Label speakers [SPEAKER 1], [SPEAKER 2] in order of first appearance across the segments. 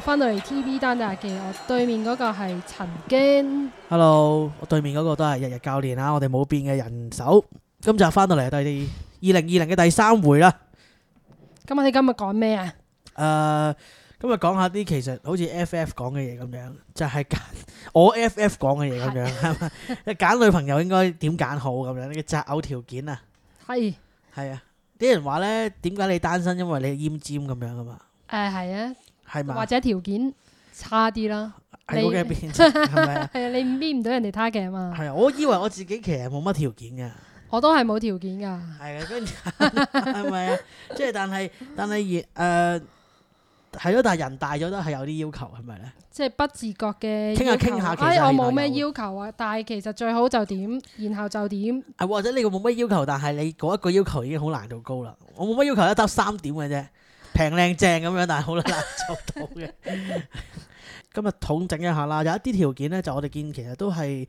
[SPEAKER 1] 翻到嚟 TV 單打日記，我對面嗰個係曾經
[SPEAKER 2] Hello，我對面嗰個都係日日教練啊，我哋冇變嘅人手。今集翻到嚟係第二零二零嘅第三回啦。
[SPEAKER 1] 咁我哋今日講咩啊？
[SPEAKER 2] 誒、呃今日講下啲其實好似 FF 講嘅嘢咁樣，就係、揀 我 FF 講嘅嘢咁樣，係嘛？你揀女朋友應該點揀好咁樣？你嘅擇偶條件啊，
[SPEAKER 1] 係
[SPEAKER 2] 係啊。啲人話咧，點解你單身？因為你奄尖咁樣啊嘛，
[SPEAKER 1] 誒係
[SPEAKER 2] 係
[SPEAKER 1] 啊，
[SPEAKER 2] 嘛
[SPEAKER 1] 或？者條件差啲啦，
[SPEAKER 2] 喺嗰
[SPEAKER 1] 你
[SPEAKER 2] 嘅入 邊，係咪啊？
[SPEAKER 1] 係啊，你搣唔到人哋 target 啊嘛，
[SPEAKER 2] 係啊，我以為我自己其實冇乜條件嘅。
[SPEAKER 1] 我都係冇條件㗎，
[SPEAKER 2] 係啊，跟住 係咪啊？即係但係但係而誒係咯，但係人大咗都係有啲要求，係咪咧？
[SPEAKER 1] 即係不自覺嘅
[SPEAKER 2] 傾下
[SPEAKER 1] 要求
[SPEAKER 2] 傾下其實
[SPEAKER 1] 哎我
[SPEAKER 2] 係
[SPEAKER 1] 冇
[SPEAKER 2] 有
[SPEAKER 1] 咩
[SPEAKER 2] 嘅
[SPEAKER 1] 要求啊，但係其實最好就點，然後就點，
[SPEAKER 2] 啊或者你個冇乜要求，但係你嗰一個要求已經好難度高啦。我冇乜要求，一得三點嘅啫，平靚正咁樣，但係好難做到嘅。 今日統整一下啦，有一啲條件咧，就我哋見其實都係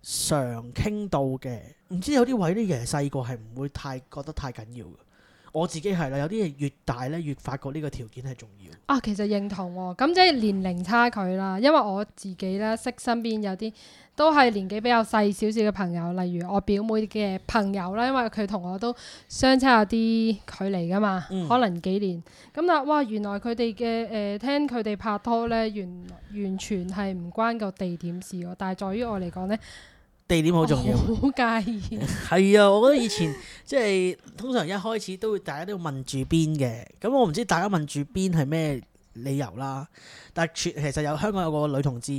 [SPEAKER 2] 常傾到嘅。唔知有啲位咧，其實細個係唔會太覺得太緊要嘅。我自己係啦，有啲嘢越大咧，越發覺呢個條件係重要。
[SPEAKER 1] 啊，其實認同喎、咁即係年齡差距啦，因為我自己咧識身邊有啲都係年紀比較細少少嘅朋友，例如我表妹嘅朋友啦，因為佢同我都相差有啲距離噶嘛，
[SPEAKER 2] 嗯
[SPEAKER 1] 可能幾年。咁但係哇，原來佢哋嘅誒聽佢哋拍拖咧，原完全係唔關個地點事喎，但係在於我嚟講咧，
[SPEAKER 2] 地點好
[SPEAKER 1] 我
[SPEAKER 2] 重要。
[SPEAKER 1] 好介意。
[SPEAKER 2] 係啊，我覺得以前 即係通常一開始都會大家都要問住邊嘅，咁我唔知大家問住邊係咩理由啦。但係全其實有香港有個女同志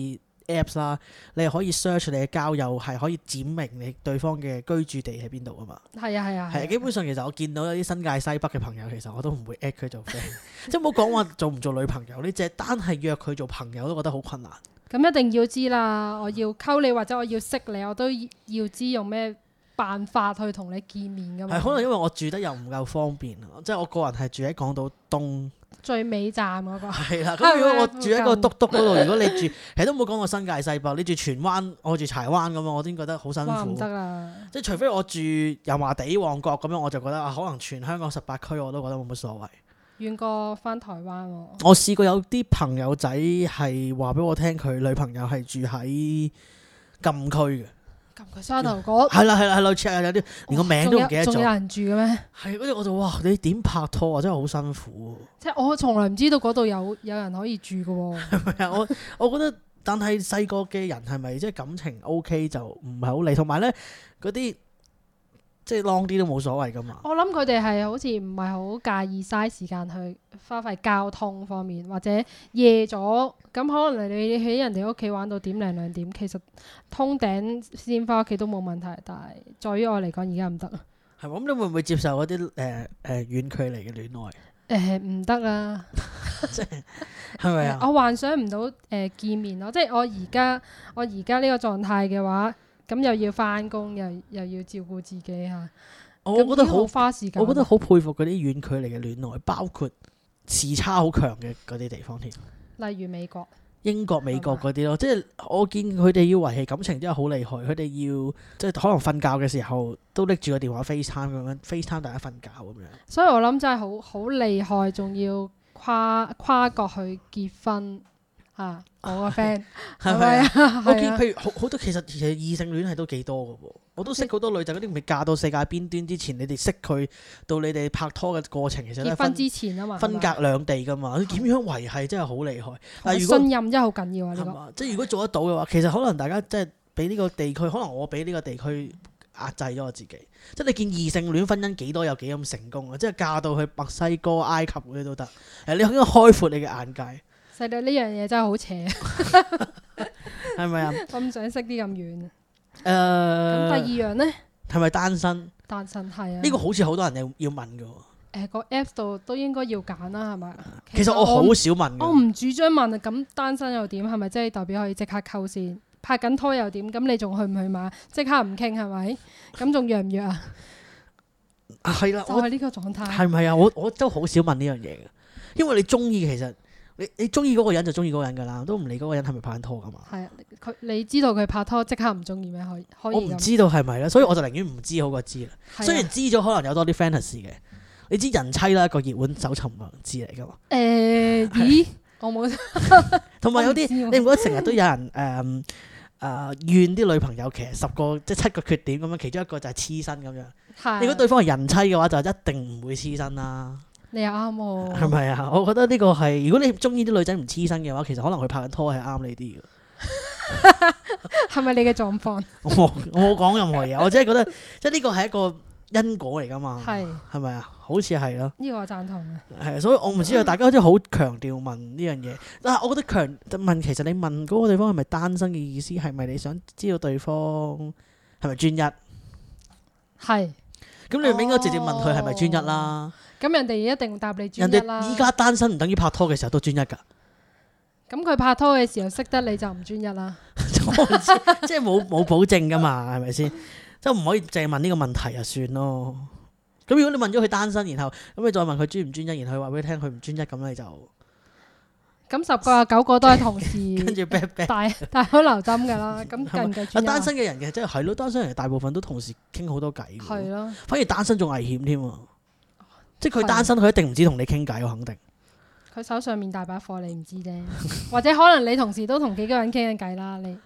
[SPEAKER 2] Apps 啦，你係可以 search 你嘅交友係可以展明你對方嘅居住地喺邊度啊嘛。
[SPEAKER 1] 係啊係啊
[SPEAKER 2] 係啊，基本上其實我見到有啲新界西北嘅朋友，其實我都唔會 at 佢做 friend，即係 冇講話做唔做女朋友，你淨係單係約佢做朋友都覺得好困難。
[SPEAKER 1] 咁一定要知啦，我要溝你或者我要識你，我都要知用咩辦法去同你見面噶嘛。
[SPEAKER 2] 係可能因為我住得又唔夠方便，即係我個人係住喺港島東。
[SPEAKER 1] 最尾站嗰、個，
[SPEAKER 2] 係啦，
[SPEAKER 1] 啊
[SPEAKER 2] 咁如果我
[SPEAKER 1] 附
[SPEAKER 2] 住喺個
[SPEAKER 1] 近
[SPEAKER 2] 篤篤嗰度，如果你住，其實都冇講過新界西北，你住荃灣，我住柴灣咁樣，我已經覺得好辛
[SPEAKER 1] 哇唔
[SPEAKER 2] 苦
[SPEAKER 1] 得。啊啦！
[SPEAKER 2] 即係除非我住油麻地、旺角咁樣，我就覺得啊，可能全香港十八區我都覺得冇乜所謂。
[SPEAKER 1] 遠過翻台灣喎、
[SPEAKER 2] 我試過有啲朋友仔係話俾我聽，佢女朋友係住喺禁區嘅，
[SPEAKER 1] 咁佢沙頭角，
[SPEAKER 2] 係啦係啦係啦類似係有啲連個名都唔記得
[SPEAKER 1] 哦仲有仲有
[SPEAKER 2] 咗。
[SPEAKER 1] 人住嘅咩？
[SPEAKER 2] 係跟住我就哇，你點拍拖啊？真係好辛苦喎。
[SPEAKER 1] 即係我從來唔知道嗰度有有人可以住嘅喎、
[SPEAKER 2] 係啊，我我覺得，但係細個嘅人係咪即係感情 O、k 就唔係好理，同埋咧嗰啲即係 long 啲都冇所謂噶嘛。
[SPEAKER 1] 我諗佢哋係好似唔係好介意嘥時間去花費交通方面，或者夜咗咁可能你喺人哋屋企玩到點零兩點，其實通頂先翻屋企都冇問題。但係在於我嚟講，而家唔得，
[SPEAKER 2] 係咪咁你會唔會接受嗰啲誒誒遠距離嘅戀愛？
[SPEAKER 1] 誒唔得 啦。
[SPEAKER 2] 係咪啊？
[SPEAKER 1] 我幻想唔到誒、呃、見面咯，即係我而家我而家呢個狀態嘅話，咁又要翻工，又又要照顧自己嚇，
[SPEAKER 2] 我覺得
[SPEAKER 1] 咁
[SPEAKER 2] 好，
[SPEAKER 1] 花時間。
[SPEAKER 2] 我覺得好佩服嗰啲遠距離嘅戀愛，包括時差好強嘅嗰啲地方添。
[SPEAKER 1] 例如美國，
[SPEAKER 2] 英國、美國嗰啲咯，即係我見佢哋要維係感情真係好厲害，佢哋要即係可能瞓覺嘅時候都拎住個電話 FaceTime 咁樣 FaceTime 大家瞓覺咁樣。
[SPEAKER 1] 所以我諗真係好好厲害，仲要跨跨國去結婚嚇、啊我 個 friend
[SPEAKER 2] 係
[SPEAKER 1] 係
[SPEAKER 2] 咪
[SPEAKER 1] 咪
[SPEAKER 2] 啊
[SPEAKER 1] 啊？
[SPEAKER 2] 我
[SPEAKER 1] 係
[SPEAKER 2] 見
[SPEAKER 1] 啊
[SPEAKER 2] 譬如好好多其實其實異性戀係都幾多嘅喎，我都識好多女仔嗰啲未嫁到世界邊端之前，你哋識佢到你哋拍拖嘅過程，其實都係
[SPEAKER 1] 結婚
[SPEAKER 2] 分
[SPEAKER 1] 之前啊嘛，哦
[SPEAKER 2] 分
[SPEAKER 1] 係嘛
[SPEAKER 2] 隔兩地噶嘛，點樣維係真係好厲害。但係如
[SPEAKER 1] 信
[SPEAKER 2] 果
[SPEAKER 1] 任真係好緊要啊！呢、
[SPEAKER 2] 係
[SPEAKER 1] 個
[SPEAKER 2] 嘛，即係如果做得到嘅話，其實可能大家即係俾呢個地區，可能我俾呢個地區壓制咗我自己。即係你見異性戀婚姻幾多有幾咁成功啊！即係嫁到去墨西哥、埃及嗰啲都得。誒，你應該開闊你嘅眼界，
[SPEAKER 1] 實力呢樣嘢真係好邪，
[SPEAKER 2] 係咪啊？
[SPEAKER 1] 我唔想識啲咁遠。啊
[SPEAKER 2] 誒、
[SPEAKER 1] 咁第二樣呢，
[SPEAKER 2] 係咪單身？
[SPEAKER 1] 單身係啊。
[SPEAKER 2] 呢個好似好多人要要問嘅喎。
[SPEAKER 1] 誒個 Apps 度都應該要揀啦，係咪？
[SPEAKER 2] 其實我好少問
[SPEAKER 1] 我
[SPEAKER 2] 嘅，
[SPEAKER 1] 唔主張問啊，咁單身又點？係咪即係代表可以即刻溝先？拍緊拖又點？咁你仲去唔去買？即刻唔傾係咪？咁仲約唔約啊？
[SPEAKER 2] 係啦，
[SPEAKER 1] 就
[SPEAKER 2] 我
[SPEAKER 1] 係呢個狀態。
[SPEAKER 2] 係咪啊？我我都好少問呢樣嘢嘅，因為你中意其實你你中意嗰個人就中意嗰個人㗎啦，都唔理嗰個人係咪拍緊拖㗎嘛。
[SPEAKER 1] 係啊，佢你知道佢拍拖即刻唔中意咩？可以可
[SPEAKER 2] 我
[SPEAKER 1] 以
[SPEAKER 2] 唔
[SPEAKER 1] 咁。
[SPEAKER 2] 知道係咪啦，所以我就寧願唔知好過知啦。
[SPEAKER 1] 係啊
[SPEAKER 2] 雖然知咗可能有多啲 fantasy 嘅，你知人妻啦個熱門搜尋王字嚟㗎嘛，
[SPEAKER 1] 誒，咦？我 冇
[SPEAKER 2] 同埋有啲
[SPEAKER 1] 我唔知
[SPEAKER 2] 你
[SPEAKER 1] 喎
[SPEAKER 2] 唔覺得成日都有人誒誒怨啲女朋友，其實十個即係七個缺點咁樣，其中一個就係黐身咁樣。
[SPEAKER 1] 係。啊
[SPEAKER 2] 如果對方係人妻嘅話，就一定唔會黐身啦，
[SPEAKER 1] 你又啱喎，
[SPEAKER 2] 係咪啊？我覺得呢個係，如果你中意啲女仔唔黐身嘅話，其實可能佢拍緊拖係啱 你啲嘅。
[SPEAKER 1] 係咪你嘅狀況？
[SPEAKER 2] 我冇我冇講任何嘢，我只係 覺得即係呢個係一個因果嚟㗎嘛，
[SPEAKER 1] 係
[SPEAKER 2] 係咪啊？好似係咯。
[SPEAKER 1] 呢個我贊同嘅。
[SPEAKER 2] 係，所以我唔知啊，大家好似好強調問呢樣嘢。嗱、我覺得強問其實你問嗰個對方係咪單身嘅意思，係咪你想知道對方係咪專一？咁
[SPEAKER 1] 係，
[SPEAKER 2] 你咪應該直接問佢係咪專一啦。
[SPEAKER 1] 咁人哋一定答你哦專
[SPEAKER 2] 人
[SPEAKER 1] 一
[SPEAKER 2] 哋依
[SPEAKER 1] 啦。
[SPEAKER 2] 家單身唔等於拍拖嘅時候都專一㗎，
[SPEAKER 1] 咁佢拍拖嘅時候識得你就唔專一啦。
[SPEAKER 2] 我唔知 即係冇冇保證㗎嘛，係咪先？即係唔可以淨係問呢個問題就算咯。咁如果你問咗佢單身，然後咁你再問佢專唔專一，然後佢話俾你聽佢唔專一，咁你就
[SPEAKER 1] 咁十個有九個都係同事
[SPEAKER 2] 跟住 back back。
[SPEAKER 1] 大大口流針㗎啦。咁近嘅
[SPEAKER 2] 啊，
[SPEAKER 1] 專一
[SPEAKER 2] 單
[SPEAKER 1] 啦
[SPEAKER 2] 身嘅人嘅即係係咯，單身人大部分都同時傾好多偈㗎。
[SPEAKER 1] 係咯，
[SPEAKER 2] 反而單身仲危險添喎，即係佢
[SPEAKER 1] 係
[SPEAKER 2] 單身，佢一定唔止同你傾偈，我肯定。
[SPEAKER 1] 佢手上面大把貨，你唔知啫。或者可能你同事都同幾個人傾緊偈啦，你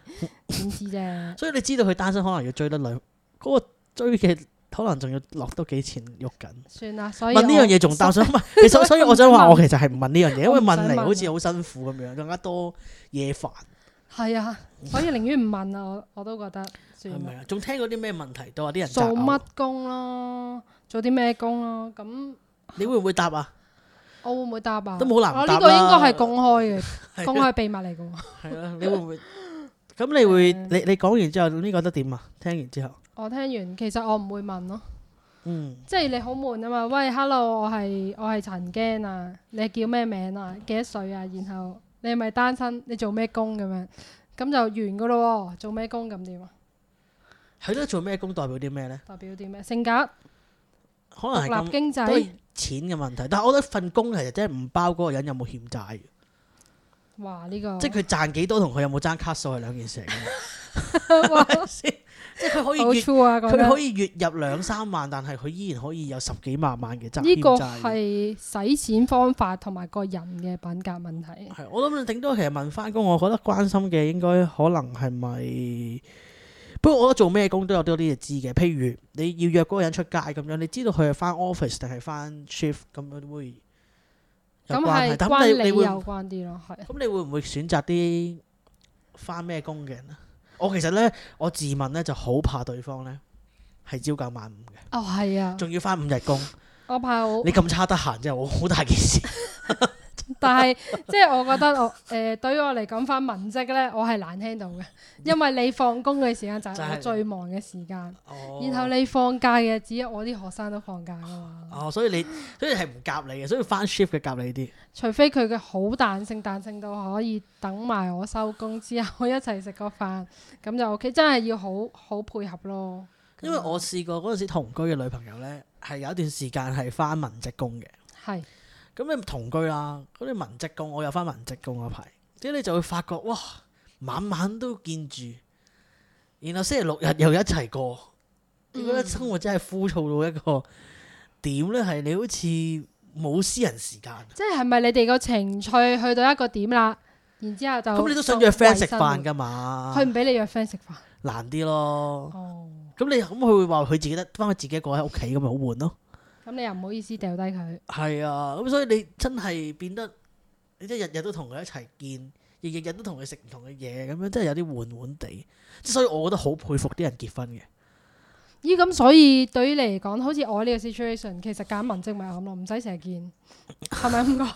[SPEAKER 1] 點知啫？
[SPEAKER 2] 所以你知道佢單身，可能要追得兩嗰、個追嘅，可能仲要落多幾錢肉緊。
[SPEAKER 1] 算啦，所以
[SPEAKER 2] 問呢樣嘢仲擔心，唔係其實所以我 想話，
[SPEAKER 1] 我
[SPEAKER 2] 我
[SPEAKER 1] 唔
[SPEAKER 2] 其實係唔問呢樣嘢，因為
[SPEAKER 1] 我唔想
[SPEAKER 2] 問嚟
[SPEAKER 1] 問
[SPEAKER 2] 好似好辛苦咁樣，更加多嘢煩，
[SPEAKER 1] 係啊，所以寧願唔問啊，我我都覺得
[SPEAKER 2] 係
[SPEAKER 1] 算啦
[SPEAKER 2] 咪。啊？仲聽過啲咩問題多啊？啲人
[SPEAKER 1] 做
[SPEAKER 2] 擇偶
[SPEAKER 1] 乜？工咯？做啲咩工咯？咁
[SPEAKER 2] 你會唔會答啊？
[SPEAKER 1] 我會唔會答啊？
[SPEAKER 2] 都冇難答啦
[SPEAKER 1] 我呢個應該係公開嘅，
[SPEAKER 2] 係啊
[SPEAKER 1] 公開秘密嚟嘅喎。
[SPEAKER 2] 係咯，你會唔會？咁你會
[SPEAKER 1] 誒
[SPEAKER 2] 你你講完之後，你覺得點啊？聽完之後，
[SPEAKER 1] 我聽完，其實我唔會問咯，
[SPEAKER 2] 嗯，
[SPEAKER 1] 即係你好悶啊嘛。喂，hello，我係我係陳驚啊，你叫咩名啊？幾多歲啊？然後你係咪單身？你做咩工咁樣？咁就完噶咯喎，做咩工咁點啊？
[SPEAKER 2] 佢都做咩工，代表啲咩咧？
[SPEAKER 1] 代表啲咩？性格、
[SPEAKER 2] 可能係
[SPEAKER 1] 獨
[SPEAKER 2] 啊咁
[SPEAKER 1] 立。經
[SPEAKER 2] 都係
[SPEAKER 1] 濟，
[SPEAKER 2] 錢嘅問題，但係我覺得份工其實真係唔包嗰個人有冇欠債，
[SPEAKER 1] 哇！呢、個
[SPEAKER 2] 即係佢賺幾多同佢有冇爭卡數係兩件事嚟 嘅，
[SPEAKER 1] 哇
[SPEAKER 2] 係咪先即係佢可
[SPEAKER 1] 好
[SPEAKER 2] 以月
[SPEAKER 1] true 啊，覺
[SPEAKER 2] 佢
[SPEAKER 1] 得
[SPEAKER 2] 可以月入兩三萬，但係佢依然可以有十幾萬萬嘅債
[SPEAKER 1] 呢
[SPEAKER 2] 欠
[SPEAKER 1] 個
[SPEAKER 2] 債。
[SPEAKER 1] 係使錢方法同埋個人嘅品格問題。
[SPEAKER 2] 係我諗你頂多其實問翻工，我覺得關心嘅應該可能係咪？不過我覺得做咩工都有多啲嘢知嘅，譬如你要約嗰個人出街咁樣，你知道佢係翻 office 定係翻 shift 咁樣會有
[SPEAKER 1] 咁
[SPEAKER 2] 關
[SPEAKER 1] 係
[SPEAKER 2] 係。咁
[SPEAKER 1] 關
[SPEAKER 2] 你
[SPEAKER 1] 你
[SPEAKER 2] 你會
[SPEAKER 1] 有關啲咯，係
[SPEAKER 2] 咁你會唔會選擇啲翻咩工嘅人咧？我其實咧，我自問咧就好怕對方咧係朝九晚五嘅，
[SPEAKER 1] 哦係啊，
[SPEAKER 2] 仲要翻五日工。
[SPEAKER 1] 我怕好，
[SPEAKER 2] 你咁差得閒真係好好大件事。
[SPEAKER 1] 但係即係我覺得我誒、呃、對於我嚟講翻文職咧，我係難聽到嘅，因為你放工嘅時間就
[SPEAKER 2] 就
[SPEAKER 1] 係
[SPEAKER 2] 係
[SPEAKER 1] 我最忙嘅時間，
[SPEAKER 2] 然
[SPEAKER 1] 然後你放假嘅日子，我啲學生都放假噶嘛，
[SPEAKER 2] 哦，所以你所以係唔夾你嘅，所以翻 shift 嘅夾你啲。
[SPEAKER 1] 除非佢嘅好彈性，彈性到可以等埋我收工之後 一齊食個飯，咁就 OK，真係要好好配合咯。
[SPEAKER 2] 因為我試過嗰陣時同居嘅女朋友咧，係有一段時間係翻文職工嘅。
[SPEAKER 1] 係
[SPEAKER 2] 咁你同居啦，咁你文職工，我有翻文職工嗰排，即係你就會發覺哇，晚晚都見住，然後星期六日又一齊過，你覺得
[SPEAKER 1] 嗯
[SPEAKER 2] 生活真係枯燥到一個點咧？係你好似冇私人時間，
[SPEAKER 1] 即係係咪你哋個情趣去到一個點啦？然之後就
[SPEAKER 2] 咁你都想約 friend 食
[SPEAKER 1] 作為生活
[SPEAKER 2] 飯㗎嘛？
[SPEAKER 1] 佢唔俾你約 friend 食飯。
[SPEAKER 2] 難啲咯。
[SPEAKER 1] 哦，
[SPEAKER 2] 咁你咁佢會話佢自己得翻佢自己一個喺屋企咁咪好悶咯。
[SPEAKER 1] 咁你又唔好意思掉低佢。
[SPEAKER 2] 係啊，咁所以你真係變得，你真係日日都同佢一齊見，日日日都同佢食唔同嘅嘢，咁樣真係有啲悶悶地。即係所以我覺得好佩服啲人結婚嘅，
[SPEAKER 1] 咦，咁所以對於你嚟講，好似我呢個 situation，其實揀文職咪係咁咯，唔使成日見，係咪 咁講？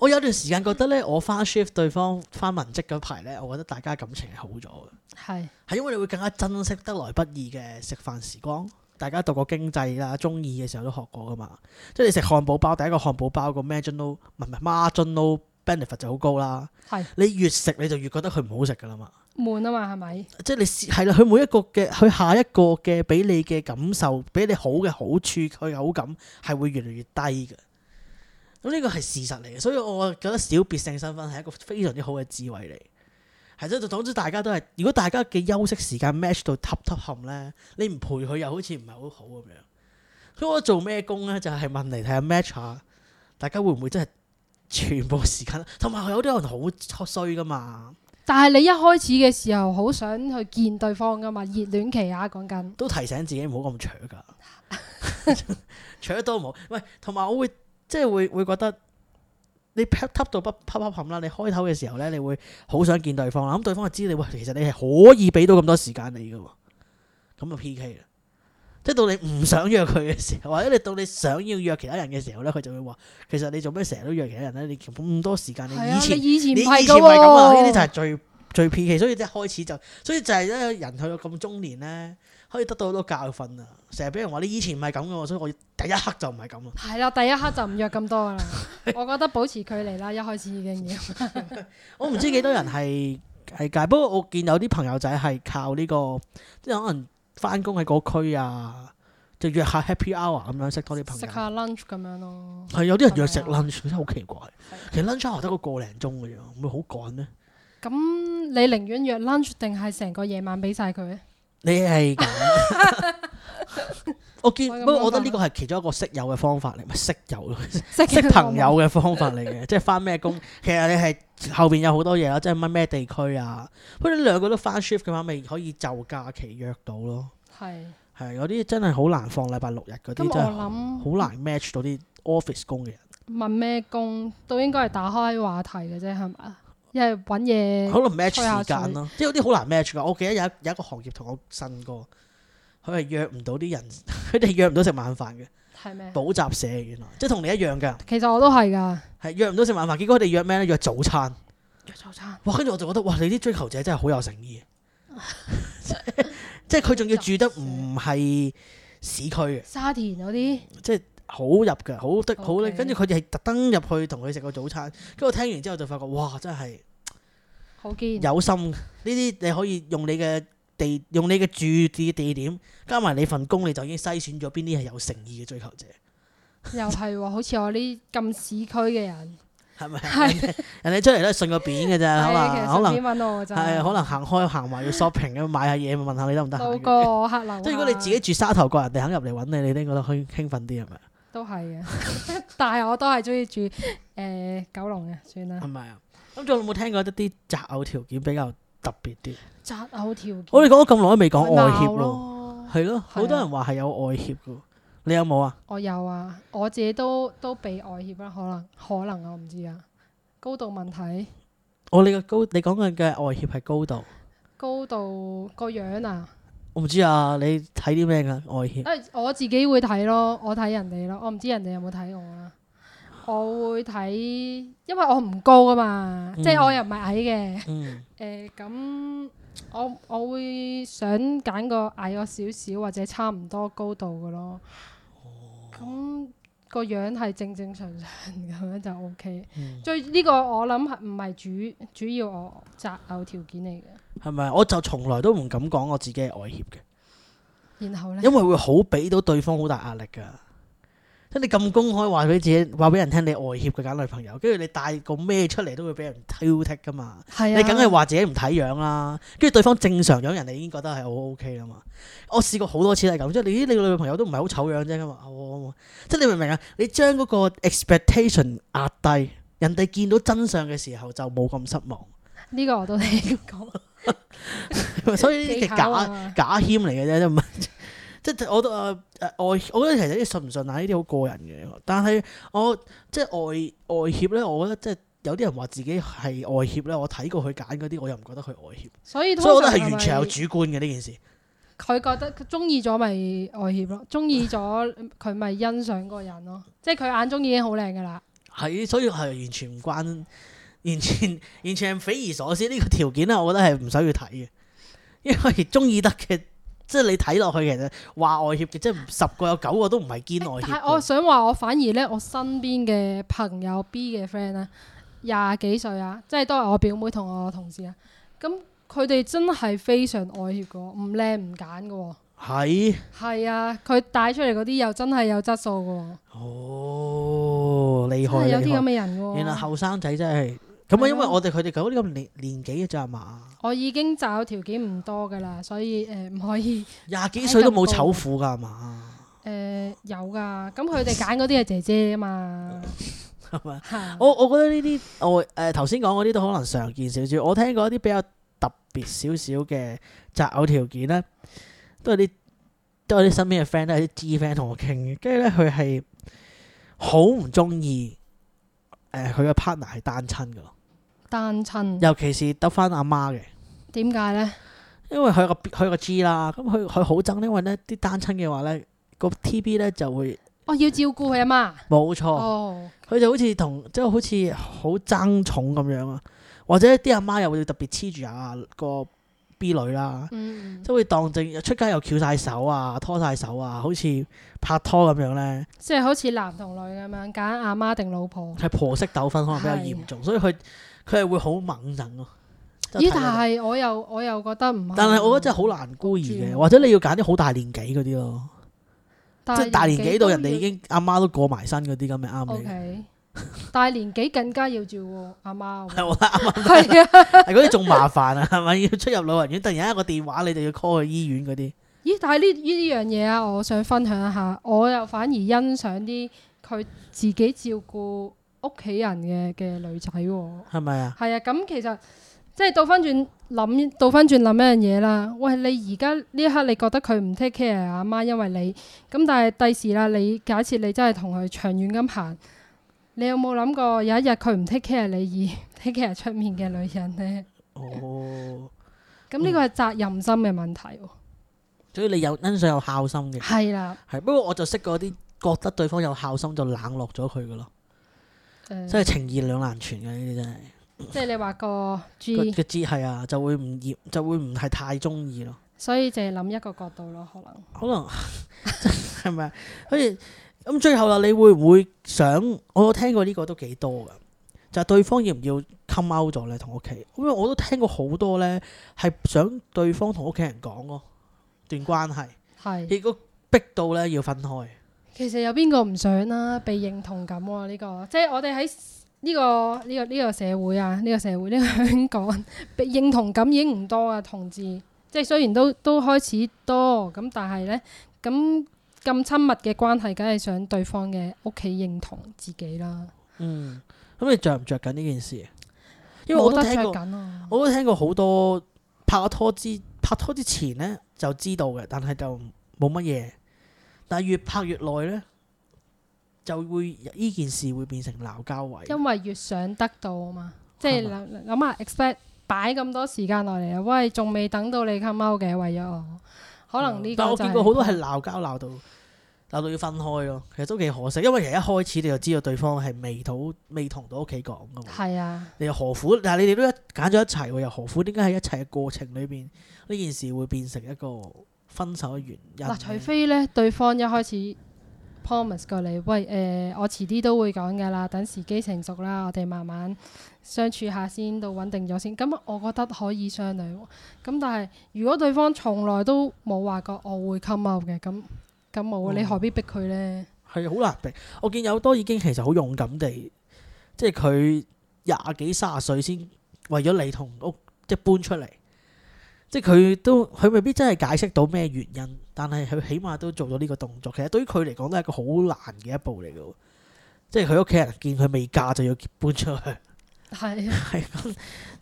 [SPEAKER 2] 我有段時間覺得咧，我翻 shift 對方翻文職嗰排咧，我覺得大家感情係好咗嘅，
[SPEAKER 1] 係
[SPEAKER 2] 係因為你會更加珍惜得來不易嘅食飯時光。大家讀過經濟啦，中意嘅時候都學過噶嘛。即係你食漢堡包，第一個漢堡包個 marginal 唔係唔係 marginal benefit 就好高啦。
[SPEAKER 1] 係
[SPEAKER 2] 你越食你就越覺得佢唔好食噶啦嘛。
[SPEAKER 1] 悶啊嘛，係咪？
[SPEAKER 2] 即係你試係啦，佢每一個嘅佢下一個嘅俾你嘅感受，俾你好嘅好處，佢嘅好感係會越嚟越低嘅。咁呢個係事實嚟嘅，所以我覺得小別性身份係一個非常之好嘅智慧嚟。係即係總之大家都係，如果大家嘅休息時間 match 到揼揼冚咧，你唔陪佢又好似唔係好好咁樣。所以我做咩工咧，就係、問嚟睇下 match 下，大家會唔會真係全部時間，同埋有啲人好衰噶嘛，
[SPEAKER 1] 但係你一開始嘅時候好想去見對方噶嘛，熱戀期啊講緊。
[SPEAKER 2] 都提醒自己唔好咁搶噶，搶得多唔好。喂，同埋我會即係會會覺得你啪嗒到不啪啪冚啦，你開頭嘅時候咧，你會好想見對方啦，咁對方就知你喂，其實你係可以俾到咁多時間你噶喎，咁就 P K 啦。即係到你唔想約佢嘅時候，或者你到你想要約其他人嘅時候咧，佢就會話：其實你做咩成日都約其他人咧？你咁多時間，你
[SPEAKER 1] 係啊
[SPEAKER 2] 以，前
[SPEAKER 1] 你以前
[SPEAKER 2] 你
[SPEAKER 1] 唔
[SPEAKER 2] 以前
[SPEAKER 1] 係
[SPEAKER 2] 係
[SPEAKER 1] 噶
[SPEAKER 2] 咁啊，呢啲就
[SPEAKER 1] 喎。
[SPEAKER 2] 係最最 P K，所以一開始就，所以就係咧人去到咁中年咧，可以得到好多教訓啊！成日俾人話你以前唔係咁嘅喎，所以我第一刻就唔係咁啊！
[SPEAKER 1] 係啦，第一刻就唔約咁多啦。我覺得保持距離啦，一開始已經要。
[SPEAKER 2] 我唔知幾多人係係戒，不過我見有啲朋友仔係靠呢、個，即係可能翻工喺嗰區啊，就約下 happy hour 咁樣識多啲朋
[SPEAKER 1] 食
[SPEAKER 2] 友。
[SPEAKER 1] 下 lunch 咁樣咯。
[SPEAKER 2] 係有啲人約食
[SPEAKER 1] 係咪啊
[SPEAKER 2] lunch 真係好奇怪，其實 lunch hour 得個個零鐘嘅啫，唔會好趕咩？
[SPEAKER 1] 咁你寧願約 lunch 定係成個夜晚俾晒 佢？
[SPEAKER 2] 你係咁， 我見
[SPEAKER 1] 可以咁
[SPEAKER 2] 不過我覺得
[SPEAKER 1] 講法
[SPEAKER 2] 呢個係其中一個識友嘅方法嚟，咪識友咯，
[SPEAKER 1] 識
[SPEAKER 2] 識朋友嘅方法嚟嘅， 即係翻咩工。其實你係後邊有好多嘢啦，即係乜咩地區啊。不過你兩個都翻 shift 嘅話，咪可以就假期約到咯。
[SPEAKER 1] 係。
[SPEAKER 2] 係有啲真係好難放禮拜六日
[SPEAKER 1] 咁
[SPEAKER 2] 嗰啲，真係好
[SPEAKER 1] 我
[SPEAKER 2] 好難 match 到啲 office 工嘅人。
[SPEAKER 1] 諗問咩工都應該係打開話題嘅啫，係咪啊？因為揾嘢
[SPEAKER 2] 可能 match
[SPEAKER 1] 吹下
[SPEAKER 2] 時間咯，即係有啲好難 match 噶。我記得有一有一個行業同我呻過，佢係約唔到啲人， 佢哋約唔到食晚飯嘅
[SPEAKER 1] 係咩？
[SPEAKER 2] 補習社原來，即係同你一樣㗎。
[SPEAKER 1] 其實我都係㗎，
[SPEAKER 2] 係約唔到食晚飯，結果佢哋約咩咧？約早餐。
[SPEAKER 1] 約早餐。
[SPEAKER 2] 哇！跟住我就覺得，哇！你啲追求者真係好有誠意，即係佢仲要住得唔係市區嘅，
[SPEAKER 1] 沙田嗰啲
[SPEAKER 2] 即係好入嘅，好的好咧。
[SPEAKER 1] OK
[SPEAKER 2] 跟住佢哋係特登入去同佢食個早餐。跟住我聽完之後就發覺，哇！真係
[SPEAKER 1] 好堅，
[SPEAKER 2] 有心嘅。呢啲你可以用你嘅地，用你嘅住嘅地點，加埋你份工，你就已經篩選咗邊啲係有誠意嘅追求者，
[SPEAKER 1] 又係喎，好似我呢咁市區嘅 人，
[SPEAKER 2] 係咪？人哋出嚟都係順個扁嘅咋，可
[SPEAKER 1] 係其實
[SPEAKER 2] 能可
[SPEAKER 1] 順
[SPEAKER 2] 能
[SPEAKER 1] 便。揾我㗎咋，
[SPEAKER 2] 係可能行開行埋要 shopping 咁買下嘢，問下你得唔得
[SPEAKER 1] 路
[SPEAKER 2] 閒
[SPEAKER 1] 過
[SPEAKER 2] 嘅。
[SPEAKER 1] 我客流，
[SPEAKER 2] 即係如果你自己住沙頭角，人啊哋肯入嚟揾你，你都覺得興興奮啲係咪？
[SPEAKER 1] 都係嘅， 但係我都係中意住誒九龍嘅，算啦
[SPEAKER 2] 係。咪啊？咁仲有冇聽過一啲擇偶條件比較特別啲？
[SPEAKER 1] 擇偶條件，
[SPEAKER 2] 我哋講咗咁耐都未講外
[SPEAKER 1] 咪鬧
[SPEAKER 2] 協嗯咯，
[SPEAKER 1] 咯。
[SPEAKER 2] 係啊咯，好多人話係有外協嘅，你有冇啊？
[SPEAKER 1] 我有啊，我自己都都被外協啦，可能可能啊我唔知啊。高度問題，
[SPEAKER 2] 我哦你個高，你講緊嘅外協係高度，
[SPEAKER 1] 高度個樣啊，
[SPEAKER 2] 我唔知啊，你睇啲咩㗎外協？
[SPEAKER 1] 誒我自己會睇咯，我睇人哋咯，我唔知人哋有冇睇我啦。我會睇，因為我唔高啊嘛，
[SPEAKER 2] 嗯
[SPEAKER 1] 即係我又唔係矮嘅。
[SPEAKER 2] 嗯，
[SPEAKER 1] 誒咁、我我會想揀個矮我少少或者差唔多高度嘅咯。
[SPEAKER 2] 哦
[SPEAKER 1] 咁、個樣係正正常常咁樣就 O K。
[SPEAKER 2] 嗯
[SPEAKER 1] 最呢、個我諗係唔係主主要我擇偶條件嚟嘅。
[SPEAKER 2] 係咪？我就從來都唔敢講我自己係外協嘅。
[SPEAKER 1] 然後呢，
[SPEAKER 2] 因為會好俾到對方好大壓力㗎。即係你咁公開話俾自己話俾人聽你外協嘅揀女朋友，跟住你帶個咩出嚟都會俾人挑剔㗎嘛。
[SPEAKER 1] 係啊，
[SPEAKER 2] 你梗係話自己唔睇樣啦，跟住對方正常樣人，你已經覺得係好哦 OK 啦嘛。我試過好多次係咁，即係你咦你個女朋友都唔係好醜樣啫咁嘛，哦即係你明唔明啊？你將嗰個 expectation 壓低，人哋見到真相嘅時候就冇咁失 望。
[SPEAKER 1] 呢個我都聽講，
[SPEAKER 2] 所以呢啲
[SPEAKER 1] 技
[SPEAKER 2] 嘅
[SPEAKER 1] 巧
[SPEAKER 2] 假
[SPEAKER 1] 啊，
[SPEAKER 2] 假謙嚟嘅啫，都唔係 即係我都誒誒外，我覺得其實啲信唔信啊呢啲好個人嘅。但係我即係外外協咧，我覺得即係有啲人話自己係外協咧，我睇過佢揀嗰啲，我又唔覺得佢外協，
[SPEAKER 1] 所以通
[SPEAKER 2] 所以我覺
[SPEAKER 1] 常
[SPEAKER 2] 得係完全有
[SPEAKER 1] 咪
[SPEAKER 2] 主觀嘅呢件事。
[SPEAKER 1] 佢覺得佢中意咗咪外協咯，中意咗佢咪欣賞嗰個人咯，即係佢眼中已經好靚㗎啦。
[SPEAKER 2] 係，所以係完全唔關， 完全完全係匪夷所思呢、個條件咧，啊我覺得係唔使要睇嘅，因為中意得嘅。即係你睇落去，其實話外協嘅，即係十個有九個都唔係堅外協
[SPEAKER 1] 但
[SPEAKER 2] 嘅。
[SPEAKER 1] 係我想話，我反而咧，我身邊嘅朋友 B 嘅 friend 咧，廿幾歲啊，即係都係我表妹同我同事啊。咁佢哋真係非常愛協嘅喎，唔靚唔揀嘅喎。
[SPEAKER 2] 係
[SPEAKER 1] 係啊，佢帶出嚟嗰啲又真係有質素嘅
[SPEAKER 2] 哦，
[SPEAKER 1] 喎，
[SPEAKER 2] 厲
[SPEAKER 1] 真
[SPEAKER 2] 害
[SPEAKER 1] 係有
[SPEAKER 2] 厲
[SPEAKER 1] 啲咁
[SPEAKER 2] 害！
[SPEAKER 1] 嘅人嘅
[SPEAKER 2] 原來
[SPEAKER 1] 喎。
[SPEAKER 2] 後生仔真係咁啊，因
[SPEAKER 1] 係
[SPEAKER 2] 為
[SPEAKER 1] 啊
[SPEAKER 2] 我哋佢哋嗰啲咁年年紀嘅咋嘛，
[SPEAKER 1] 我已經擇偶條件唔多㗎啦，所以誒唔、可以呃
[SPEAKER 2] 廿
[SPEAKER 1] 哎
[SPEAKER 2] 幾歲都冇醜婦㗎嘛，
[SPEAKER 1] 誒、有㗎。咁佢哋揀嗰啲係姐姐啊嘛，
[SPEAKER 2] 係嘛？
[SPEAKER 1] 嚇
[SPEAKER 2] 我我覺得呢啲我誒頭先講嗰啲都可能常見少少，我聽過一啲比較特別少少嘅擇偶條件咧，都係啲都係啲身邊嘅 friend 都係啲知 friend 同我傾嘅，跟住咧佢係好唔中意誒佢嘅 partner 係單親噶，
[SPEAKER 1] 單親
[SPEAKER 2] 尤其是得翻阿媽嘅，
[SPEAKER 1] 點解咧？
[SPEAKER 2] 因為佢有個佢有個 G 啦，咁佢佢好憎，因為咧啲單親嘅話咧個 TB 咧就會
[SPEAKER 1] 我哦要照顧佢阿媽。
[SPEAKER 2] 冇錯。
[SPEAKER 1] 哦，
[SPEAKER 2] 佢就好似同即係好似好爭寵咁樣啊，或者啲阿媽又會特別黐住啊個 B 女啦，
[SPEAKER 1] 嗯，
[SPEAKER 2] 即係會當正出街又翹晒手啊、拖晒手啊，好似拍拖咁樣咧，
[SPEAKER 1] 即係好似男同女咁樣揀阿媽定老婆。
[SPEAKER 2] 係婆媳糾紛可能比較
[SPEAKER 1] 係
[SPEAKER 2] 嚴重，所以佢佢係會好猛震咯。即係
[SPEAKER 1] 咦？
[SPEAKER 2] 睇
[SPEAKER 1] 但
[SPEAKER 2] 到
[SPEAKER 1] 係我又我又覺得唔係。
[SPEAKER 2] 但係我覺得真係好難孤兒嘅，
[SPEAKER 1] 轉
[SPEAKER 2] 或者你要揀啲好大年紀嗰啲咯，
[SPEAKER 1] 但
[SPEAKER 2] 即係大年紀到人哋已
[SPEAKER 1] 經。
[SPEAKER 2] 經阿媽都過埋身嗰啲咁咪啱
[SPEAKER 1] O
[SPEAKER 2] 你。
[SPEAKER 1] K，但係年紀更加要照顧阿媽 喎。
[SPEAKER 2] 係我覺得啱啱
[SPEAKER 1] 係啊，
[SPEAKER 2] 係嗰啲仲麻煩啊，係咪要出入老人院？突然間一個電話你就要 call 去醫院嗰啲。
[SPEAKER 1] 咦？但係呢呢樣嘢啊，我想分享一下，我又反而欣賞啲佢自己照顧屋企人嘅嘅女仔喎。
[SPEAKER 2] 係咪 啊？
[SPEAKER 1] 係啊，咁其實即係倒翻轉諗，倒翻轉諗一樣嘢啦。喂，你而家呢一刻你覺得佢唔 take care 阿媽，因為你咁，但係第時啦，你假設你真係同佢長遠咁行，你有冇諗過有一日佢唔 take care 你而 take care 出面嘅女人呢？
[SPEAKER 2] 哦，
[SPEAKER 1] 咁呢個係責任心嘅問題喎。
[SPEAKER 2] 所以你有欣賞有孝心嘅，
[SPEAKER 1] 係啦，
[SPEAKER 2] 係不過我就識嗰啲覺得對方有孝心就冷落咗佢噶咯，
[SPEAKER 1] 誒
[SPEAKER 2] 真係情義兩難全嘅呢啲真係。
[SPEAKER 1] 即係你話個
[SPEAKER 2] 個
[SPEAKER 1] G，
[SPEAKER 2] 個知係啊，就會唔熱，就會唔係太中意咯。
[SPEAKER 1] 所以就係諗一個角度咯，可能。
[SPEAKER 2] 可能 係咪啊？好似咁最後啦，你會唔會想？我有聽過呢個都幾多噶，就係、對方要唔要 come out 咗咧同屋企？因為我都聽過好多咧，係想對方同屋企人講咯段關係，
[SPEAKER 1] 係，
[SPEAKER 2] 結果逼到咧要分開。
[SPEAKER 1] 其實有邊個唔想啦、被認同感喎、呢、個即係我哋喺呢個呢、個呢、個社會啊，呢、個社會呢、個香港，被認同感已經唔多啊，同志。即係雖然都都開始多咁，但係呢，咁咁親密嘅關係，梗係想對方嘅屋企認同自己啦。
[SPEAKER 2] 嗯，咁你着唔着緊呢件事？因為我
[SPEAKER 1] 冇
[SPEAKER 2] 都
[SPEAKER 1] 得
[SPEAKER 2] 聽
[SPEAKER 1] 着
[SPEAKER 2] 過，
[SPEAKER 1] 緊啊，
[SPEAKER 2] 我都聽過好多拍咗拖之拍拖之前呢就知道嘅，但係就冇乜嘢。但係越拍越耐呢，就會呢件事會變成鬧交位。
[SPEAKER 1] 因為越想得到啊嘛，即係
[SPEAKER 2] 係
[SPEAKER 1] 諗諗下 expect 擺咁多時間落嚟啊，喂，仲未等到你 come out 嘅，為咗我，可能呢個
[SPEAKER 2] 嗯但
[SPEAKER 1] 就
[SPEAKER 2] 我
[SPEAKER 1] 係
[SPEAKER 2] 見過好多係鬧交鬧到鬧到要分開咯，其實都幾可惜，因為其實一開始你就知道對方係未到未同到屋企講噶嘛。
[SPEAKER 1] 係啊。
[SPEAKER 2] 你又何苦？但係你哋都一揀咗一齊喎，又何苦？點解喺一齊嘅過程裏邊，呢件事會變成一個分手嘅原因呢？
[SPEAKER 1] 嗱，除非咧對方一開始 promise 過你，喂誒、我遲啲都會講㗎啦，等時機成熟啦，我哋慢慢相處下先，到穩定咗先。咁我覺得可以商量喎。咁但係如果對方從來都冇話過我會 come out 嘅，咁咁冇，啊，你
[SPEAKER 2] 嗯
[SPEAKER 1] 何必逼佢呢？
[SPEAKER 2] 係好難避。我見有好多已經其實好勇敢地，即係佢廿幾卅歲先為咗你同屋即係搬出嚟，即係佢都佢未必真係解釋到咩原因，但係佢起碼都做咗呢個動作。其實對於佢嚟講都係一個好難嘅一步嚟嘅喎，即係佢屋企人見佢未嫁就要搬出去。
[SPEAKER 1] 係
[SPEAKER 2] 係咁，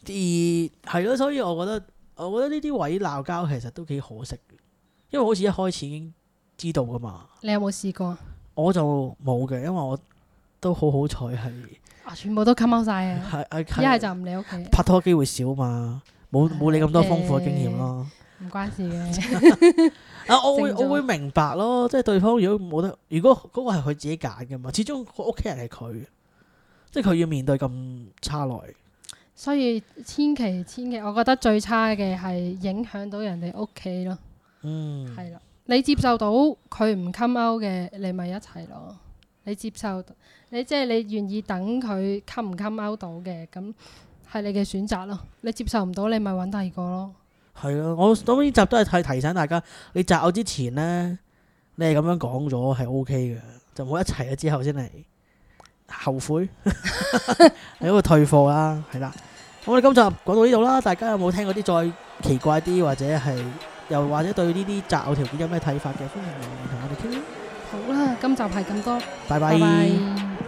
[SPEAKER 2] 而 係咯，所以我覺得，我覺得呢啲位鬧交其實都幾可惜嘅，因為好似一開始已經知道噶嘛，
[SPEAKER 1] 你有冇試過？
[SPEAKER 2] 我就冇嘅，因為我都好好彩係
[SPEAKER 1] 啊，全部都 come out 晒啊！
[SPEAKER 2] 係係
[SPEAKER 1] 一係
[SPEAKER 2] 係
[SPEAKER 1] 就唔啊理屋企，
[SPEAKER 2] 拍拖機會少嘛，冇冇你咁多豐富嘅經驗咯。
[SPEAKER 1] 唔關事 嘅。
[SPEAKER 2] 啊，我會
[SPEAKER 1] 正咗
[SPEAKER 2] 我會明白咯，即係對方如果冇得，如果嗰個係佢自己揀嘅嘛，始終個屋企人係佢，即係佢要面對咁差耐。
[SPEAKER 1] 所以千祈千祈，我覺得最差嘅係影響到人哋屋企咯。
[SPEAKER 2] 嗯，
[SPEAKER 1] 係啦，你接受到佢唔 come out 嘅，你咪一齊咯。你接受，你即係你願意等佢 come 唔 come out 到嘅，咁係你嘅選擇咯。你接受唔到，你咪揾第二個咯。
[SPEAKER 2] 係咯，我諗呢集都係提提醒大家，你擇偶之前呢，你係咁樣講咗係 O K 嘅，就唔好一齊咗之後先嚟後 悔，係一個退貨啦，係啦。咁我哋今集講到呢度啦，大家有冇聽過啲再奇怪啲或者係又或者對呢啲擇偶條件有咩睇法嘅？歡迎留言同我哋傾啦，
[SPEAKER 1] 好啦，今集係咁多，
[SPEAKER 2] 拜
[SPEAKER 1] 拜
[SPEAKER 2] 拜
[SPEAKER 1] 拜